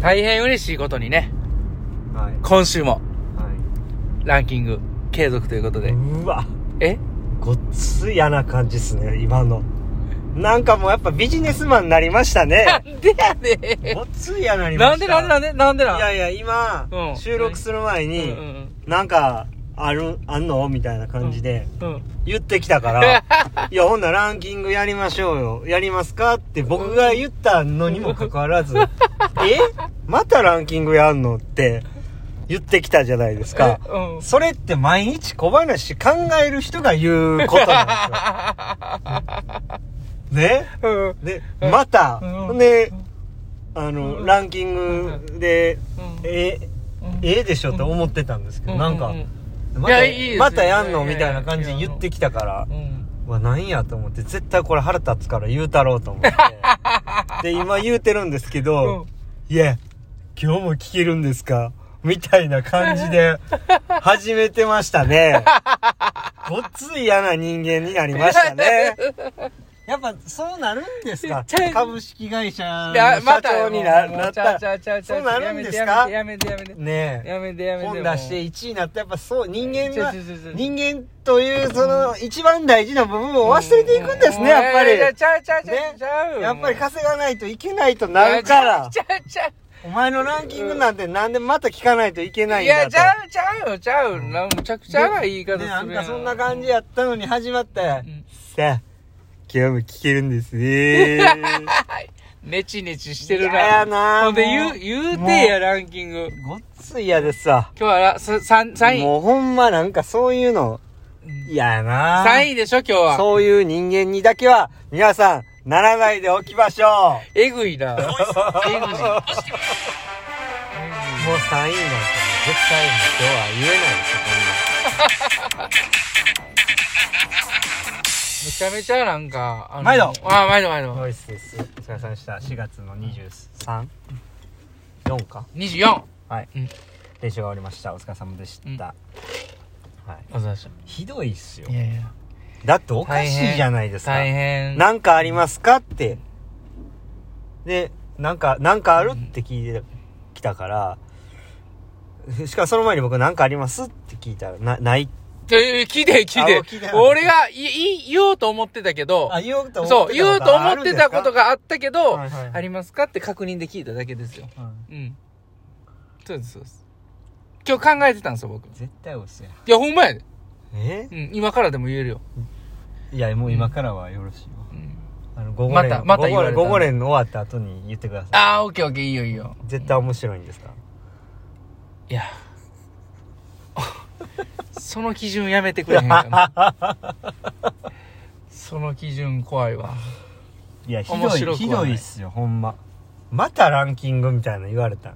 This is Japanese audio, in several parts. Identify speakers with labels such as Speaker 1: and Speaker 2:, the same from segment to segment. Speaker 1: 大変嬉しいことにね、
Speaker 2: はい
Speaker 1: 今週も
Speaker 2: は
Speaker 1: ランキング継続ということ
Speaker 2: い
Speaker 1: で。
Speaker 2: うわ
Speaker 1: え
Speaker 2: ごっつ嫌な感じっすね今のなんかもうやっぱビジネスマンになりまし
Speaker 1: な
Speaker 2: た ね
Speaker 1: んでやね
Speaker 2: ごっつ嫌なり
Speaker 1: ん。
Speaker 2: ま
Speaker 1: なん
Speaker 2: し
Speaker 1: で
Speaker 2: た
Speaker 1: なんでなん
Speaker 2: で
Speaker 1: でなんでなん
Speaker 2: いやいや今、
Speaker 1: うん
Speaker 2: 収録する前
Speaker 1: うん
Speaker 2: に、
Speaker 1: うん
Speaker 2: なんかあるあんのみたいな感じで
Speaker 1: うん。うん。
Speaker 2: 言ってきた から、いやほんならランキングやりましょうよやりますかって僕が言ったのにもかかわらずえまたランキングやんのって言ってきたじゃないです か
Speaker 1: うん。
Speaker 2: それって毎日小話考える人が言うことなん ですよ。ね
Speaker 1: うん。
Speaker 2: で、また、
Speaker 1: うん
Speaker 2: で、あの、
Speaker 1: うん
Speaker 2: ランキングで、
Speaker 1: うん
Speaker 2: え、ええでしょって思ってたんですけど、なんか
Speaker 1: う、
Speaker 2: ま
Speaker 1: いや
Speaker 2: た
Speaker 1: いいですよ
Speaker 2: またやんの
Speaker 1: いや
Speaker 2: み
Speaker 1: いやい
Speaker 2: た
Speaker 1: や
Speaker 2: いな感じで言ってきたから
Speaker 1: う、ん。
Speaker 2: うわ、なんやと思って、絶対これ腹立つから言うたろうと 思って。で、今言うてるんですけ
Speaker 1: うん
Speaker 2: ど、いや、今日も聞けるんですかみたいな感 じで、始めてましたね。ごっつい嫌な人間になりましたね。やっぱそうなるんですか
Speaker 1: ちゃい
Speaker 2: 株式会社 の
Speaker 1: いや、ま
Speaker 2: 社
Speaker 1: た
Speaker 2: 長にな
Speaker 1: もう
Speaker 2: なっ
Speaker 1: ちゃ
Speaker 2: た
Speaker 1: うちゃ
Speaker 2: ら。
Speaker 1: うちゃうちゃ
Speaker 2: そうなるんですか
Speaker 1: やめてやめてやめ
Speaker 2: ね
Speaker 1: て。
Speaker 2: え。
Speaker 1: やめてやめて。
Speaker 2: 本出して1位になってやっぱそう、人間が
Speaker 1: ちょちょちょちょ、
Speaker 2: 人間というその一番大事な部分を忘れていくんですね、やっぱり。
Speaker 1: いいちゃうちゃうちゃう
Speaker 2: ね
Speaker 1: ちゃう。
Speaker 2: やっぱり稼がないといけないとなるから
Speaker 1: ち、ゃうちゃうちゃう。
Speaker 2: お前のランキングなんてなんでまた聞かないといけない
Speaker 1: い
Speaker 2: んだ
Speaker 1: や、
Speaker 2: と。
Speaker 1: ちゃうちゃうよ、ちゃう。なむちゃくちゃな言い方する
Speaker 2: ね
Speaker 1: や。
Speaker 2: なんんかそんな感じやったのに始まって、
Speaker 1: ん
Speaker 2: さあ、今日も聞けるんですね。
Speaker 1: ネチネチ してるな。
Speaker 2: 嫌やな
Speaker 1: ほんで、
Speaker 2: も
Speaker 1: 言
Speaker 2: う
Speaker 1: う、言うてや、ランキング。
Speaker 2: ごっつい嫌ですわ。
Speaker 1: 今日はら、さ三三位。
Speaker 2: もうほんまなんかそういうの、嫌やな
Speaker 1: 三位でしょ、今日は。
Speaker 2: そういう人間にだけは、皆さん、ならないでおきましょう。
Speaker 1: えぐ いな。え ぐい。
Speaker 2: もう3位なんて絶対もう今日は言えないですよ、
Speaker 1: めちゃめちゃなんか、あの
Speaker 2: 毎度
Speaker 1: あ、毎度毎
Speaker 2: こんな。
Speaker 1: 度。
Speaker 2: イスです。お疲れ様でした。4月の 23?4 か
Speaker 1: 24。
Speaker 2: はい、
Speaker 1: うん
Speaker 2: 練習が終わりました。お疲れ様でし
Speaker 1: う
Speaker 2: た。
Speaker 1: ん
Speaker 2: はい。
Speaker 1: あ、そうでし
Speaker 2: ひどいっすよ
Speaker 1: た。い。やいや。
Speaker 2: だっておかしいじゃないですか。
Speaker 1: 大変。
Speaker 2: なんかありますかって。で、なんか、なんかあるって聞いてきたから、しかもその前に僕なんかありますって聞いたら、な、ない。
Speaker 1: え、え聞いて、聞い
Speaker 2: あ聞いて
Speaker 1: て
Speaker 2: な。い
Speaker 1: 俺が、い、い、言おうと思ってたけど、
Speaker 2: 言おうと
Speaker 1: そう、言うと思ってたこと
Speaker 2: が。
Speaker 1: があったけど、
Speaker 2: はいはい
Speaker 1: ありますかって確認で聞いただけですよ。うん。そうです、そうです。今日考えてたんですよ、僕。い
Speaker 2: 絶対嘘や。
Speaker 1: や、ほんまやで。
Speaker 2: え
Speaker 1: うん、今からでも言えるよ。
Speaker 2: いや、もう今からはよろしいよ。
Speaker 1: うん、
Speaker 2: あの、午後
Speaker 1: ま
Speaker 2: 連
Speaker 1: たまた言われた
Speaker 2: 午後連の終わった後に言ってください。
Speaker 1: ああ、オッケーオッケー、いいよいいよ。
Speaker 2: 絶対面白いんですか
Speaker 1: いや。 その基準やめてくれへんかな。その基準怖いわ。
Speaker 2: いや、ひ
Speaker 1: 面
Speaker 2: ど
Speaker 1: 白
Speaker 2: い、
Speaker 1: くは
Speaker 2: ひ
Speaker 1: ない
Speaker 2: どいっすよ、ほんま。またランキングみたいなの言われた。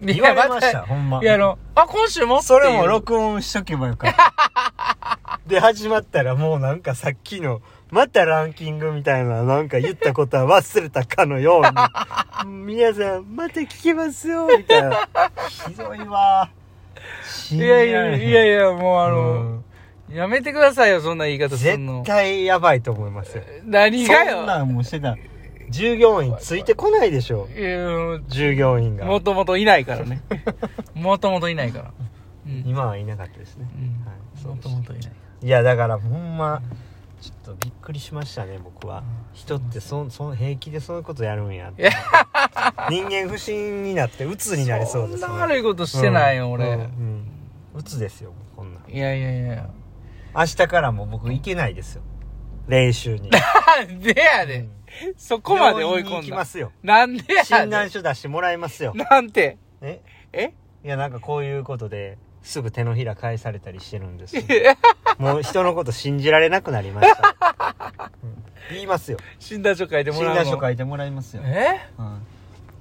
Speaker 1: い
Speaker 2: 言われました、。ほんま。
Speaker 1: いや、あの、あ、今週も
Speaker 2: それも
Speaker 1: 6。
Speaker 2: 録音しとけばよかった。で、始まったらもうなんかさっきの、またランキングみたいな、なんか言ったことは忘れたかのように、皆さん、また聞けますよ、みた いな。ひどいわ。
Speaker 1: いやいや、いやい
Speaker 2: や、
Speaker 1: や、もうあ
Speaker 2: あ
Speaker 1: の、やめてくださいよ、そんな言い方すんの
Speaker 2: 絶。対やばいと思いますよ。
Speaker 1: 何が
Speaker 2: そん
Speaker 1: よ。
Speaker 2: なんもうしてたら従業員ついてこないでしょ。
Speaker 1: いやうん
Speaker 2: 従業員が。
Speaker 1: もともといないから ね。もともといないから。うん。
Speaker 2: 今はいなかったですね。
Speaker 1: うん
Speaker 2: はいそう
Speaker 1: も
Speaker 2: で
Speaker 1: と
Speaker 2: す
Speaker 1: もといない。
Speaker 2: いやだからほんまちょっとびっくりしましたね僕は人ってそんそん平気でそういうことやるんやって人間不信になって鬱になりそうです
Speaker 1: そんな悪いことしてないよ、
Speaker 2: うん
Speaker 1: 俺。
Speaker 2: うんうん鬱ですよこんなん
Speaker 1: いやいやいや。
Speaker 2: 明日からもう僕行けないですよ練習に
Speaker 1: なんでや
Speaker 2: う
Speaker 1: で
Speaker 2: ん。
Speaker 1: そこまで追い
Speaker 2: 病院に行
Speaker 1: 込ん
Speaker 2: きま
Speaker 1: だ。
Speaker 2: すよ
Speaker 1: なんでや
Speaker 2: 診
Speaker 1: で
Speaker 2: 断。書出してもらいますよ
Speaker 1: なんて。
Speaker 2: え
Speaker 1: え
Speaker 2: いやなんかこういうことですぐ手のひら返されたりしてるんですよもう人のこと信じられなくなりました、うん言いますよ
Speaker 1: 診断書書いても
Speaker 2: 診
Speaker 1: らうの。
Speaker 2: 断書書いてもらいますよ、
Speaker 1: え
Speaker 2: うん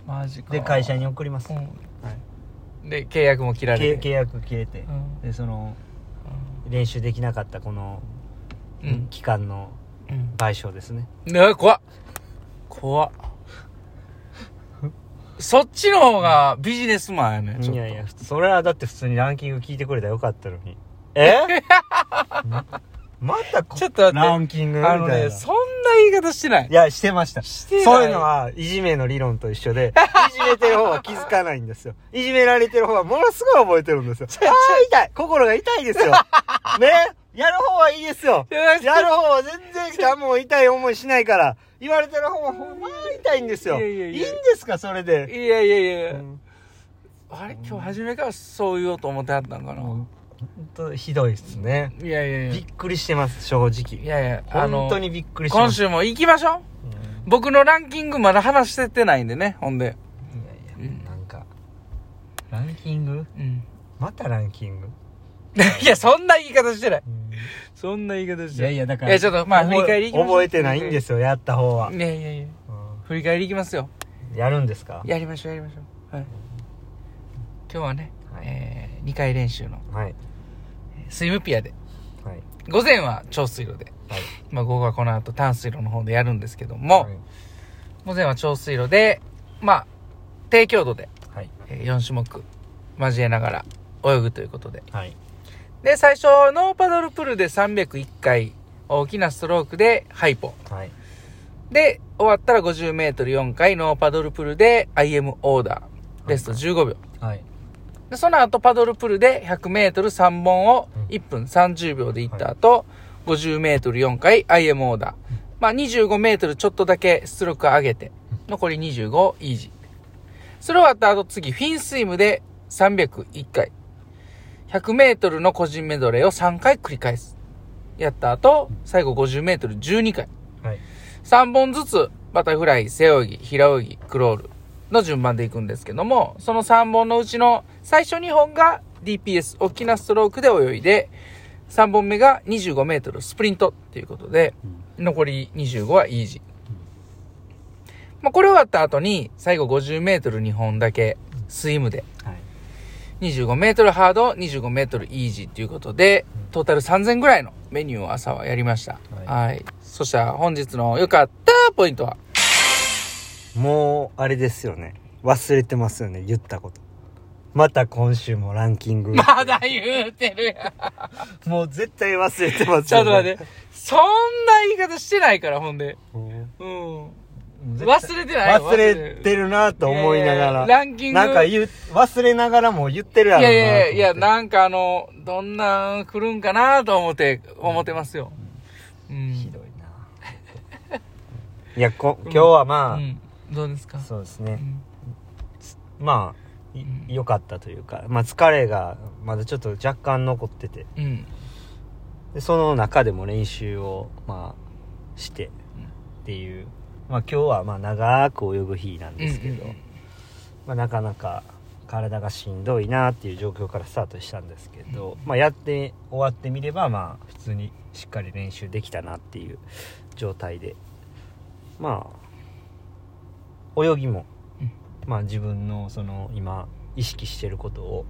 Speaker 1: マジか。
Speaker 2: で会社に送ります、
Speaker 1: う
Speaker 2: は
Speaker 1: ん。で、契約も切ら
Speaker 2: い、け
Speaker 1: れ
Speaker 2: 契
Speaker 1: て。
Speaker 2: 約切れて、でその練習できなかったこの、
Speaker 1: うん。うん。
Speaker 2: 期間の
Speaker 1: うん。
Speaker 2: 賠償ですね
Speaker 1: ね怖っ。怖 っ。そっちの方がビジネスマンやねん。ちょっ
Speaker 2: い
Speaker 1: と
Speaker 2: やいやそれはだって普通にランキング聞いてくれたらよかったの にえまたこ
Speaker 1: ちょっと待って
Speaker 2: ランキングみたい
Speaker 1: あ
Speaker 2: な
Speaker 1: のね、そんな言い方してない
Speaker 2: い。や、してました。
Speaker 1: してない
Speaker 2: そういうのは、いじめの理論と一 緒で、いじめてる方は気づかないんですよ。いじめられてる方はものすごい覚えてるん ですよ。ああ、痛い心が痛いですよ。ねやる方はいいで すよ。
Speaker 1: いや
Speaker 2: やる方は全然、もう痛い思いしないから、言われてる方はほんま痛いんですよ。
Speaker 1: いや
Speaker 2: い
Speaker 1: いやいや
Speaker 2: いんですか、それで。
Speaker 1: いやいやいや、
Speaker 2: うん
Speaker 1: あれ今日初めからそう言おうと思ってはったんかな、
Speaker 2: もう本当ひどいですね。
Speaker 1: いやいやいや
Speaker 2: びっくりしてます、正
Speaker 1: い
Speaker 2: 直。
Speaker 1: やいやあの
Speaker 2: 本当にびっくりしてま
Speaker 1: 今
Speaker 2: す。
Speaker 1: 週も行きましょう
Speaker 2: うん
Speaker 1: 僕のランキングまだ話してってないんでねほんで
Speaker 2: いやいや
Speaker 1: うん
Speaker 2: なんか、ランキング
Speaker 1: うん
Speaker 2: またランキング
Speaker 1: いやそんな言い方してないそんな言い方し
Speaker 2: い
Speaker 1: てな
Speaker 2: や
Speaker 1: い
Speaker 2: いや、だから。
Speaker 1: いやちょっとまあ振り返りいきましょう
Speaker 2: 覚えてないんですよ、やった方は。
Speaker 1: いやいやいや
Speaker 2: う
Speaker 1: 振り返りいきますよ
Speaker 2: んやるんですか
Speaker 1: やりましょうやりましょうはい今日はね、
Speaker 2: はい
Speaker 1: えー、2回練習の
Speaker 2: はい。
Speaker 1: スイムピアで
Speaker 2: はい。
Speaker 1: 午前は超水路で、
Speaker 2: はい
Speaker 1: まあ、午後はこの後淡水路の方でやるんですけども、
Speaker 2: はい
Speaker 1: 午前は超水路でまあ低強度で
Speaker 2: はい。
Speaker 1: 4種目交えながら泳ぐということで
Speaker 2: はい。
Speaker 1: で最初ノーパドルプルで301回大きなストロークでハイポ
Speaker 2: はい。
Speaker 1: で終わったら 50m4 回ノーパドルプルで IM オーダーベスト15秒
Speaker 2: はい。
Speaker 1: でその後パドルプルで 100m3 本を1分30秒で行った後、50m4 回 IM オーダー、まあ、25m ちょっとだけ出力上げて残り25イージーそれ終わった後次フィンスイムで301回 100m の個人メドレーを3回繰り返すやった後最後 50m12 回
Speaker 2: はい。
Speaker 1: 3本ずつバタフライ、背泳ぎ、平泳ぎ、クロールの順番でいくんですけども、その3本のうちの最初2本が DPS、大きなストロークで泳いで、3本目が25メートルスプリントということで、残り25はイージー。まあ、これ終わった後に、最後50メートル2本だけスイムで、
Speaker 2: はい。
Speaker 1: 25メートルハード、25メートルイージーということで、トータル3000ぐらいのメニューを朝はやりました。
Speaker 2: は
Speaker 1: はい。そしたら本日の良かったポイントは、
Speaker 2: もう、あれですよね。忘れてますよね、言ったこと。また今週もランキング。
Speaker 1: まだ言うてるやん。
Speaker 2: もう絶対忘れてま す
Speaker 1: ちょ
Speaker 2: よ
Speaker 1: っと待っ
Speaker 2: ね。
Speaker 1: て。そんな言い方してないから、ほんで。
Speaker 2: うん
Speaker 1: うん。
Speaker 2: 絶対
Speaker 1: 忘れてない
Speaker 2: 忘れてるなと思いなが
Speaker 1: や
Speaker 2: ら。
Speaker 1: やランキング。
Speaker 2: なんか言う、忘れながらも言ってるやろ
Speaker 1: いう
Speaker 2: な
Speaker 1: やい
Speaker 2: と思って。
Speaker 1: やいや、なんかあの、どんなん来るんかなと思って、思ってますよ。うん。
Speaker 2: ひどいな。 いや、こ、今日はまあ、
Speaker 1: うん。どうですか
Speaker 2: そうです
Speaker 1: う
Speaker 2: ね。
Speaker 1: ん
Speaker 2: まあ、い
Speaker 1: うん
Speaker 2: 良かったというか、まあ疲れがまだちょっと若干残ってて、
Speaker 1: うん。
Speaker 2: でその中でも練習を、まあ、して
Speaker 1: うん
Speaker 2: っていう、まあ今日はまあ長く泳ぐ日なんですけど、
Speaker 1: うんうんうん
Speaker 2: まあなかなか体がしんどいなっていう状況からスタートしたんですけど、まあやって終わってみれば、まあ普通にしっかり練習できたなっていう状態で、まあ、泳ぎも
Speaker 1: うん、
Speaker 2: まあ自分のその今意識してることを、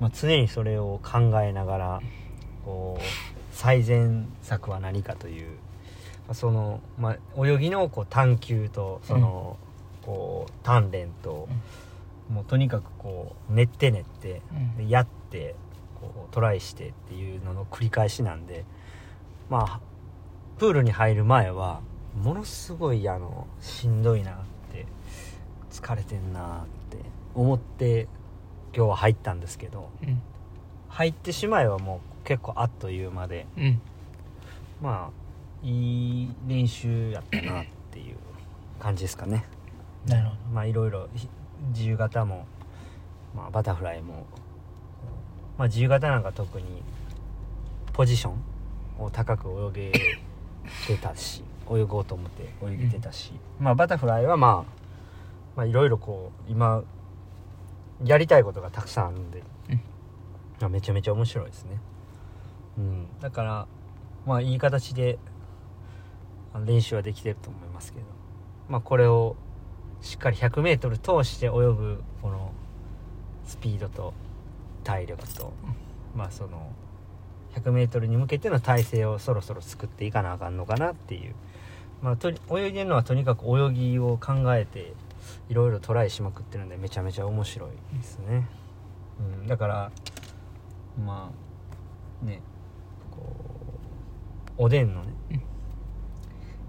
Speaker 2: まあ常にそれを考えながら、こう最善策は何かというまあその、まあ、泳ぎのこう探求とその、こう鍛錬と、もうとにかくこう練って練って、
Speaker 1: うん
Speaker 2: でやってこうトライしてっていうのの繰り返しなんでまあプールに入る前はものすごいあのしんどいなって疲れてんなって思って今日は入ったんですけど
Speaker 1: うん。
Speaker 2: 入ってしまえばもう結構あっという間で。
Speaker 1: うん。
Speaker 2: まあいい練習やったなっていう感じですかね
Speaker 1: なるほど。
Speaker 2: まあいろいろひ自由形も、まあ、バタフライも、まあ、自由形なんか特にポジションを高く泳げてたし泳ごうと思って泳げてたし、まあバタフライはまあまあいろいろこう今やりたいことがたくさんあるんで、
Speaker 1: うん
Speaker 2: まあめちゃめちゃ面白いですね、うん、だからまあいい形であの練習はできてると思いますけど、まあ、これをしっかり 100m 通して泳ぐこのスピードと体力と、まあその 100m に向けての体勢をそろそろ作っていかなあかんのかなっていう、まあ、とに泳いでるのはとにかく泳ぎを考えていろいろトライしまくってるんでめちゃめちゃ面白いですね、うん、だからまあねこうおでんのね、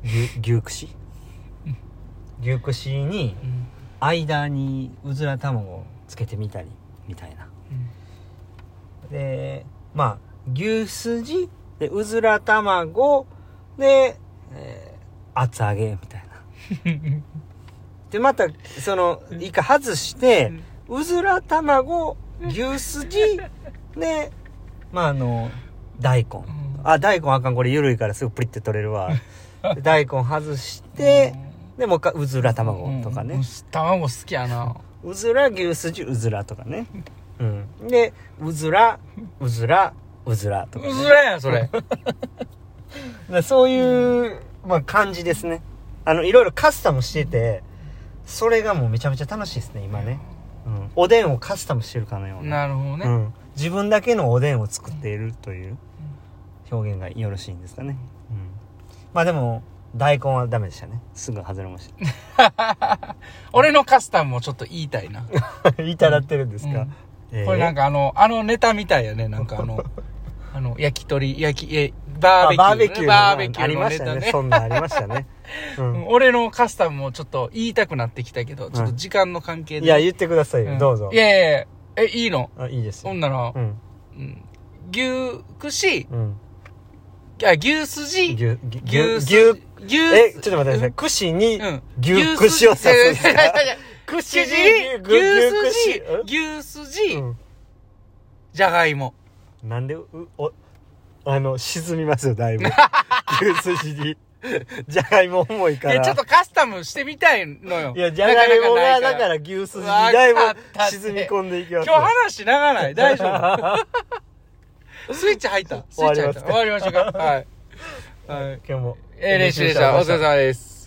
Speaker 2: 牛牛串牛串に
Speaker 1: うん
Speaker 2: 間にうずら卵をつけてみたりみたいなでまあ牛すじでうずら卵で、えー厚揚げみたいな
Speaker 1: うん
Speaker 2: でまたその一回外してうずら卵牛すじでまああの大根あ大根あかんこれ緩いからすぐプリって取れるわで大根外してでもう一回うずら卵とかね、
Speaker 1: うん卵好きやな
Speaker 2: うずら牛すじうずらとかね、うん、でうずらうずらうずらとか、ね、
Speaker 1: うずらやんそれ
Speaker 2: まあそういう、まあ、感じですねあのいろいろカスタムしててそれがもうめちゃめちゃ楽しいですね今ね、うん、おでんをカスタムしてるかのよう
Speaker 1: な
Speaker 2: な
Speaker 1: るほど
Speaker 2: う
Speaker 1: ね
Speaker 2: ん、自分だけのおでんを作っているという表現がよろしいんですかね、うん、まあでも大根はダメでしたねすぐ外れました
Speaker 1: 俺のカスタムもちょっと言いたいな
Speaker 2: いただ ってるんですか、
Speaker 1: うん
Speaker 2: えー
Speaker 1: これなんかあのあのネタみたいやねなんかあのあの焼き鳥焼きえバ
Speaker 2: あバ
Speaker 1: ーベ
Speaker 2: ーベ
Speaker 1: キューね
Speaker 2: キューの
Speaker 1: バーベキューの
Speaker 2: ありま
Speaker 1: ネ
Speaker 2: した
Speaker 1: タ
Speaker 2: ね
Speaker 1: ね
Speaker 2: そんなんありまし たね、う
Speaker 1: うん
Speaker 2: ん、
Speaker 1: 俺のカスタムもちょっと言いたくなってきたけどちょっと時間の関係で
Speaker 2: いや言ってくださいよ、
Speaker 1: ん
Speaker 2: どうぞ
Speaker 1: いやいやいやえいいの
Speaker 2: あいいです
Speaker 1: ほ
Speaker 2: よ
Speaker 1: んなら
Speaker 2: う、ん
Speaker 1: うん、牛串
Speaker 2: うん
Speaker 1: あ牛すじ
Speaker 2: 牛牛
Speaker 1: 牛す
Speaker 2: 牛
Speaker 1: 牛
Speaker 2: えちょっと待ってください串に
Speaker 1: うん
Speaker 2: 牛串を刺すんです
Speaker 1: いやい
Speaker 2: か
Speaker 1: やいや
Speaker 2: 串
Speaker 1: 牛すじ牛す
Speaker 2: 牛
Speaker 1: じ牛すじ、
Speaker 2: 串
Speaker 1: じゃがいも
Speaker 2: うんなんでうおあの沈みますよだ いぶ牛すじにじゃがいも重いか
Speaker 1: いや
Speaker 2: ら
Speaker 1: ちょっとカスタムしてみたいのよ
Speaker 2: いやじゃがいもがだから
Speaker 1: ら
Speaker 2: 牛すじにだいぶ
Speaker 1: わかったって
Speaker 2: 沈み込んでいきま
Speaker 1: 今
Speaker 2: す
Speaker 1: 日
Speaker 2: よ
Speaker 1: 話長 ない大丈夫スイッチ入ったスイッチ入った終
Speaker 2: 終
Speaker 1: わ
Speaker 2: わ
Speaker 1: りましたかはい、はい、
Speaker 2: 今日も
Speaker 1: えー、練習でしたお疲れ様です